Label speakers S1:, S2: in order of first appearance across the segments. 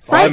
S1: Five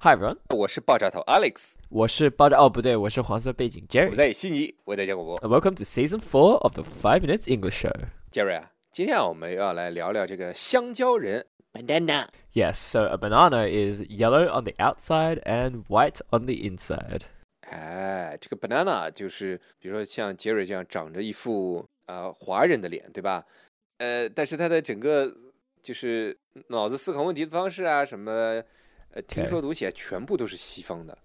S2: Hi everyone，
S3: 我是爆炸头 Alex，
S2: 我是抱着哦不对，我是黄色背景
S3: 我
S2: Jerry。
S3: 在悉尼为大家广播。
S2: And welcome to season four of the Five Minutes English Show.
S3: Jerry 啊，今天啊我们要来聊聊这个香蕉人 banana。
S2: Yes, so a banana is yellow on the outside and white on the inside.
S3: 哎，这个 banana 就是，比如说像杰瑞这样长着一副呃华人的脸，对吧？呃，但是他的整个就是脑子思考问题的方式啊，什么呃听
S2: Okay
S3: 说读写，全部都是西方的，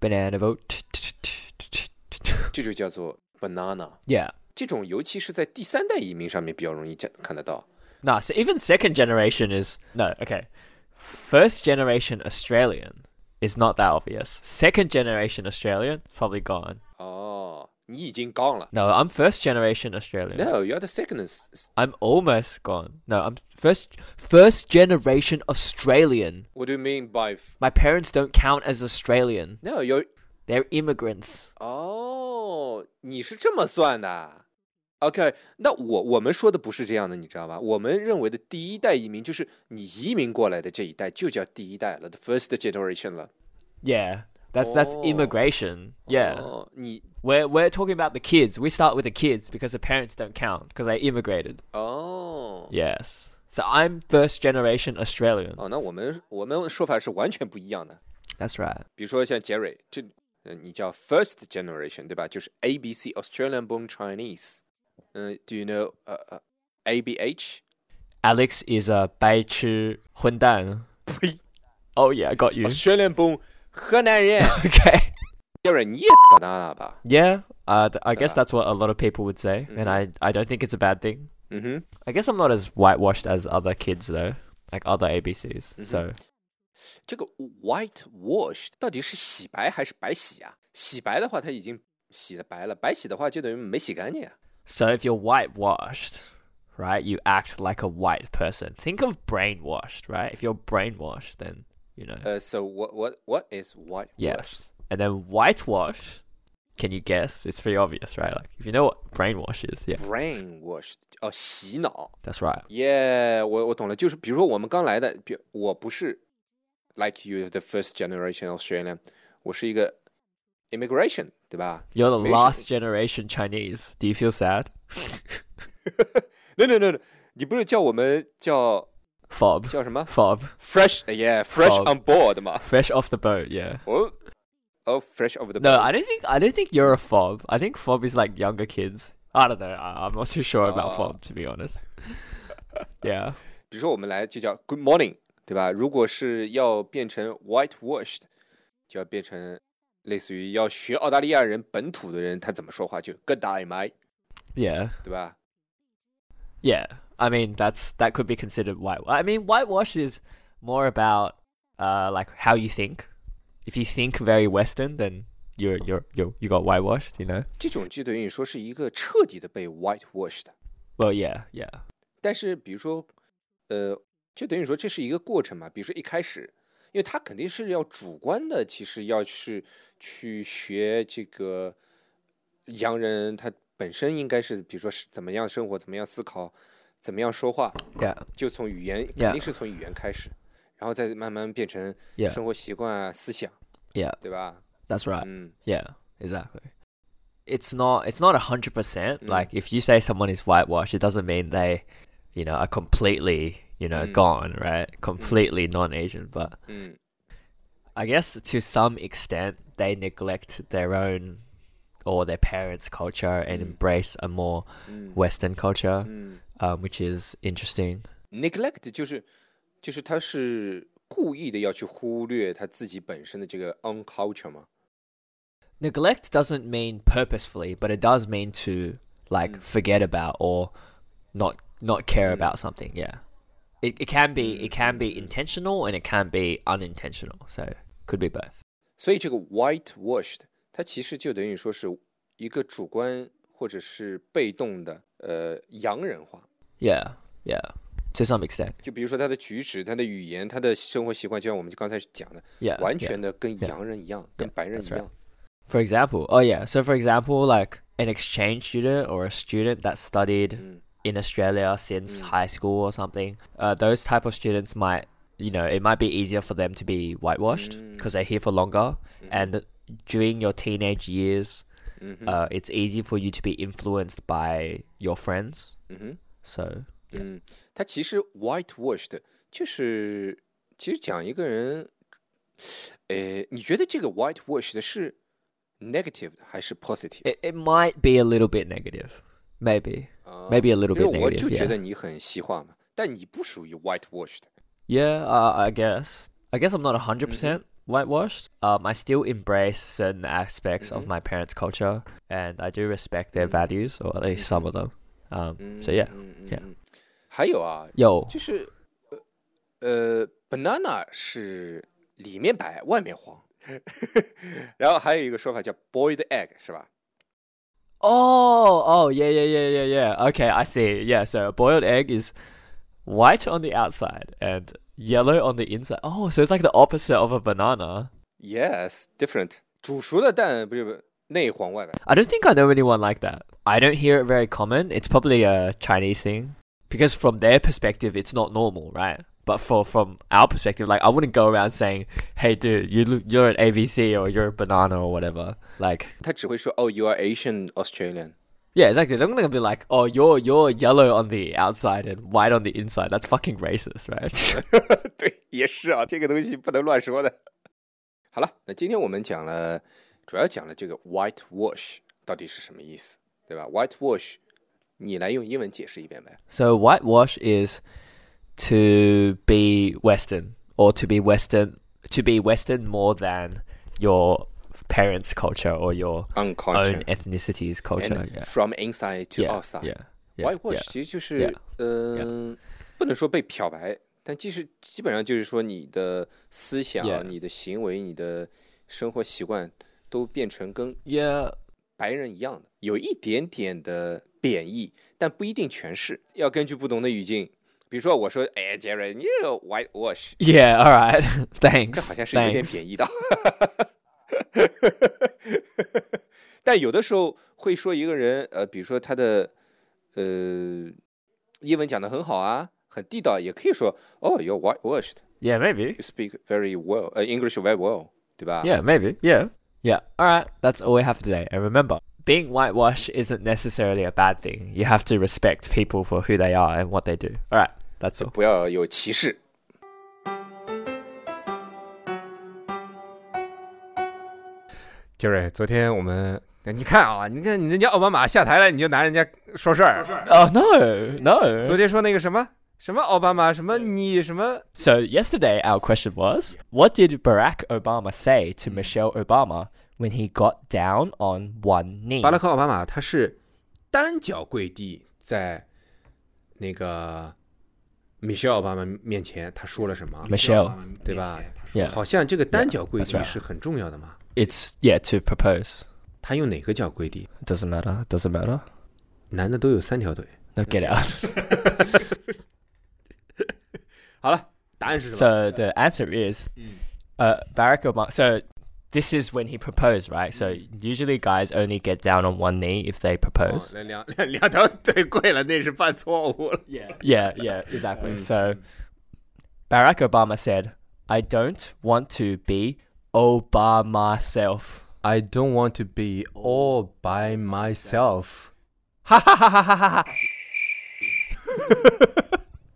S2: Banana boat.
S3: 这就叫做 banana。
S2: Yeah.
S3: 这种尤其是在第三代移民上面比较容易见看得到。
S2: Nah, so even second generation is no, okay. First generation Australian is not that obvious. Second generation Australian probably gone.
S3: 哦，你已经杠了。
S2: No, I'm first generation Australian.
S3: No, you're the second. s- s-
S2: I'm almost gone. No, I'm first first generation Australian.
S3: What do you mean by? f-
S2: My parents don't count as Australian.
S3: No, you're.
S2: They're immigrants.
S3: 哦，你是这么算的？OK，那我我们说的不是这样的，你知道吧？我们认为的第一代移民就是你移民过来的这一代就叫第一代了，the first generation 了。
S2: Yeah. That's that's
S3: Oh.
S2: immigration. Yeah.
S3: 哦，你
S2: We're we're talking about the kids. We start with the kids because the parents don't count because they immigrated.
S3: 哦
S2: Yes. So I'm first generation Australian.
S3: 哦，那我们我们说法是完全不一样的。
S2: That's right.
S3: 比如说像杰瑞，这呃你叫 first generation 对吧？就是 A B C Australian born Chinese。嗯，Do you know 呃呃 A B H？
S2: Alex is a Bai Chu Hundan.
S3: 呸
S2: Oh yeah, I got you.
S3: ，Australian born 河南人。
S2: okay.
S3: 杰瑞，你也 banana 吧？
S2: Yeah. Uh, th- I guess
S3: Yeah.
S2: that's what a lot of people would say, and
S3: mm-hmm.
S2: I, I don't think it's a bad thing.
S3: 嗯哼。
S2: I guess I'm not as whitewashed as other kids though, like other ABCs.
S3: Mm-hmm.
S2: So
S3: 这个 white wash 到底是洗白还是白洗啊？洗白的话，它已经洗的白了；白洗的话，就等于没洗干净啊。
S2: So if you're whitewashed, right, you act like a white person. Think of brainwashed, right? If you're brainwashed, then you know.
S3: 呃、s o what what what is white Uh, wash？
S2: yes. And then whitewash, can you guess? It's pretty obvious, right? Like if you know what brainwash is, yeah.
S3: Brain wash 哦，洗脑。
S2: That's right.
S3: 耶、我我懂了，就是比如说我们刚来的，比我不是 like you the first generation Australian，我是一个 immigration，对吧
S2: You're the
S3: Maybe-
S2: last generation Chinese. Do you feel sad?
S3: ？No no no no，你不是叫我们叫
S2: Fob.
S3: 叫什么
S2: Fob.
S3: fresh？Yeah，fresh
S2: Frog
S3: on board 嘛。
S2: Fresh off the boat, yeah.
S3: 哦哦，fresh of the
S2: No,
S3: boat
S2: I don't think I don't think you're a fob. I think fob is like younger kids. I don't know. I, I'm not too sure about
S3: Oh.
S2: fob to be honest. yeah.
S3: 比如说我们来就叫 Good morning，对吧？如果是要变成 white washed，就要变成类似于要学澳大利亚人本土的人他怎么说话，就 Good day, mate，
S2: Yeah.
S3: 对吧？
S2: Yeah, I mean that's that could be considered white. I mean whitewash is more about uh like how you think. If you think very Western, then you're you're you you got whitewashed, you know.
S3: 这种就等于说是一个彻底的被 white washed。
S2: Well, yeah, yeah,
S3: 但是比如说，呃，就等于说这是一个过程嘛。比如说一开始，因为他肯定是要主观的，其实要去去学这个洋人，他本身应该是比如说是怎么样生活，怎么样思考，怎么样说话，
S2: yeah,
S3: 就从语言肯
S2: Yeah.
S3: 定是从语言开始，然后再慢慢变成
S2: yeah, 啊
S3: 生活习惯啊、思想，
S2: yeah.
S3: 对吧？
S2: That's right.
S3: 嗯
S2: Yeah, exactly. It's not it's not a hundred percent.
S3: Mm.
S2: Like if you say someone is whitewashed, it doesn't mean they, you know, are completely, you know,
S3: Mm.
S2: gone, right? Completely non Asian. But
S3: 嗯，
S2: I guess to some extent they neglect their own or their parents' culture and
S3: Mm.
S2: embrace a more
S3: Mm.
S2: Western culture,
S3: 嗯
S2: um, which is interesting.
S3: ，neglect 就是就是他是故意的要去忽略他自己本身的这个 on culture 嘛。
S2: Neglect doesn't mean purposefully, but it does mean to like
S3: Mm.
S2: forget about or not not care
S3: Mm.
S2: about something. Yeah, it it can be it can
S3: Mm, mm,
S2: be
S3: mm.
S2: intentional and it can be unintentional. So could be both.
S3: 所以这个 whitewashed 它其实就等于说是一个主观或者是被动的呃洋人化。
S2: Yeah, yeah, to some extent.
S3: 就比如说他的举止、他的语言、他的生活习惯，就像我们刚才讲的，
S2: Yeah,
S3: 完
S2: 呃 yeah.
S3: 全的跟洋人一样，跟白人一
S2: that's
S3: 样。
S2: right. For example, oh yeah, so for example, like an exchange student or a student that studied in Australia since high school or something, uh, those type of students might, you know, it might be easier for them to be whitewashed because they're here for longer. And during your teenage years, uh, it's easy for you to be influenced by your friends.
S3: Mhm.
S2: So
S3: 嗯，他其实 whitewashed 就是其实讲一个人，呃，你觉得这个 whitewashed 是 negative 的还是 positive？
S2: it, it might be a little bit negative, maybe, maybe a little
S3: 因
S2: bit
S3: 为我就
S2: negative.
S3: 觉
S2: Yeah.
S3: 得你很西化嘛，但你不属于 whitewashed。
S2: Yeah, uh, I guess. I guess I'm not 100% percent whitewashed. Um, I still embrace certain aspects of my parents' culture, and I do respect their values, or at least some of them. Um, So yeah, yeah.
S3: 还有啊，
S2: Yo,
S3: 就是呃呃，banana 是里面白外面黄， 然后还有一个说法叫 boiled egg 是吧？
S2: oh, oh, yeah, yeah, yeah, yeah, yeah. Okay, I see. Yeah, so a boiled egg is white on the outside and yellow on the inside. Oh, so it's like the opposite of a banana.
S3: Yes, different。煮熟的蛋不是不是内黄外白，
S2: I don't think I know anyone like that. I don't hear it very common. It's probably a Chinese thing because from their perspective, it's not normal, right? But for from our perspective, like I wouldn't go around saying, "Hey, dude, you look- you're an ABC or you're a banana or whatever." Like,
S3: 他只会说哦、y o u are Asian Australian。
S2: yeah, exactly. They're not gonna be like, "Oh, you're you're yellow on the outside and white on the inside." That's fucking racist, right?
S3: 对，也是啊，这个东西不能乱说的。好了，那今天我们讲了，主要讲了这个 white wash 到底是什么意思，对吧？white wash，你来用英文解释一遍呗。
S2: so whitewash is to be Western or to be Western to be Western more than your parents' culture or your own
S3: Unculture
S2: ethnicities, culture.
S3: and
S2: Yeah.
S3: from inside to
S2: Yeah,
S3: outside。
S2: yeah, yeah,
S3: white wash
S2: yeah.
S3: 其实就是，嗯，不能说被漂白，但其实基本上就是说你的思想、
S2: Yeah
S3: 你的行为、你的生活习惯都变成跟
S2: Yeah.
S3: 白人一样的，有一点点的贬义，但不一定全是，要根据不同的语境。比如说，我说，哎，杰瑞，你这个 white wash，
S2: Yeah, all right.
S3: 这
S2: Thanks.
S3: 好像是有点
S2: thanks.
S3: 贬义的。 但有的时候会说一个人，呃，比如说他的，呃，英文讲的很好啊，很地道，也可以说，哦、y o u r e white washed，you
S2: Yeah, maybe.
S3: speak very well，呃、e n g l i s h very well，对吧
S2: Yeah, maybe. Yeah. Yeah. All right. That's all we have today. And remember, being whitewash isn't necessarily a bad thing. You have to respect people for who they are and what they do. All right. That's all.
S3: 不要有歧视。
S4: 杰瑞，昨天我们，你看啊，你看人家奥巴马下台了，你就拿人家说事儿。
S2: Oh no,
S4: 昨
S2: no.
S4: 天说那个什么什么奥巴马，什么你什么，
S2: So yesterday our question was, what did Barack Obama say to Michelle Obama when he got down on one knee?
S4: 巴拉克奥巴马他是单脚跪地在那个米歇尔奥巴马面前，他说了什么？
S2: Michelle.
S4: 对吧？
S2: Yeah.
S4: 好像这个单脚跪
S2: Yeah, that's
S4: 地
S2: right.
S4: 是很重要的嘛。
S2: It's yeah, to propose.
S4: 他用哪个脚跪地？
S2: It doesn't matter. It doesn't matter.
S4: 男的都有三条腿。
S2: No, get out.
S4: 好了，答案是什么？
S2: so the answer is uh, Barack Obama. So this is when he proposed, right? So usually guys only get down on one knee if they
S4: 哦
S2: propose.
S4: 那两两条腿跪了，那是犯错误了。
S2: Yeah. Yeah, yeah, exactly. So Barack Obama said, I don't want to be Obama self.
S4: I don't want to be all by myself。哈哈哈哈哈哈！哈！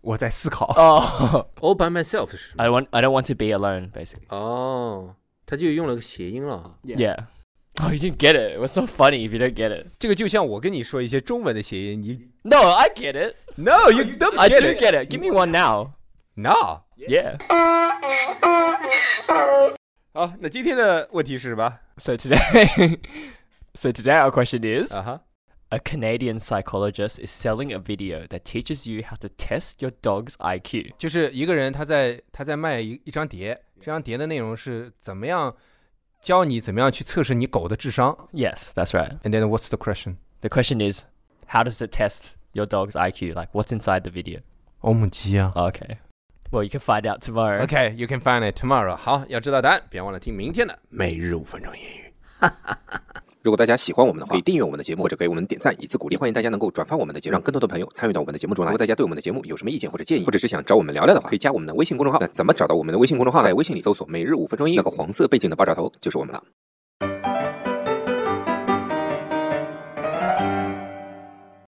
S4: 我在思考。
S2: Oh,
S4: all by myself 是什么？
S2: I want. I don't want to be alone. Basically.
S4: 哦，他就用了个谐音了。啊
S2: Yeah. Oh, you didn't get it. It was so funny if you don't get it.
S4: 这个就像我跟你说一些中文的谐音，你
S2: No, I get it.
S4: No you don't
S2: I do get it. Give me one now.
S4: No。
S2: Yeah.
S4: 好，那今天的问题是什么？
S2: So today, so today our question is:
S4: 啊哈，
S2: A Canadian psychologist is selling a video that teaches you how to test your dog's IQ.
S4: 就是一个人他在他在卖一一张碟，这张碟的内容是怎么样教你怎么样去测试你狗的智商。
S2: Yes, that's right.
S4: And then what's the question？
S2: The question is, how does it test your dog's IQ? Like, what's inside the video?
S4: 欧姆鸡啊。
S2: Okay. Well, you can find out tomorrow.
S4: OK, you can find it tomorrow. 好，要知道答案，别忘了听明天的每日五分钟英语。
S3: 如果大家喜欢我们的话，可以订阅我们的节目或者给我们点赞以资鼓励。欢迎大家能够转发我们的节目，让更多的朋友参与到我们的节目中来。如果大家对我们的节目有什么意见或者建议，或者是想找我们聊聊的话，可以加我们的微信公众号。那怎么找到我们的微信公众号呢？在微信里搜索“每日五分钟英语”，那个黄色背景的爆炸头就是我们了。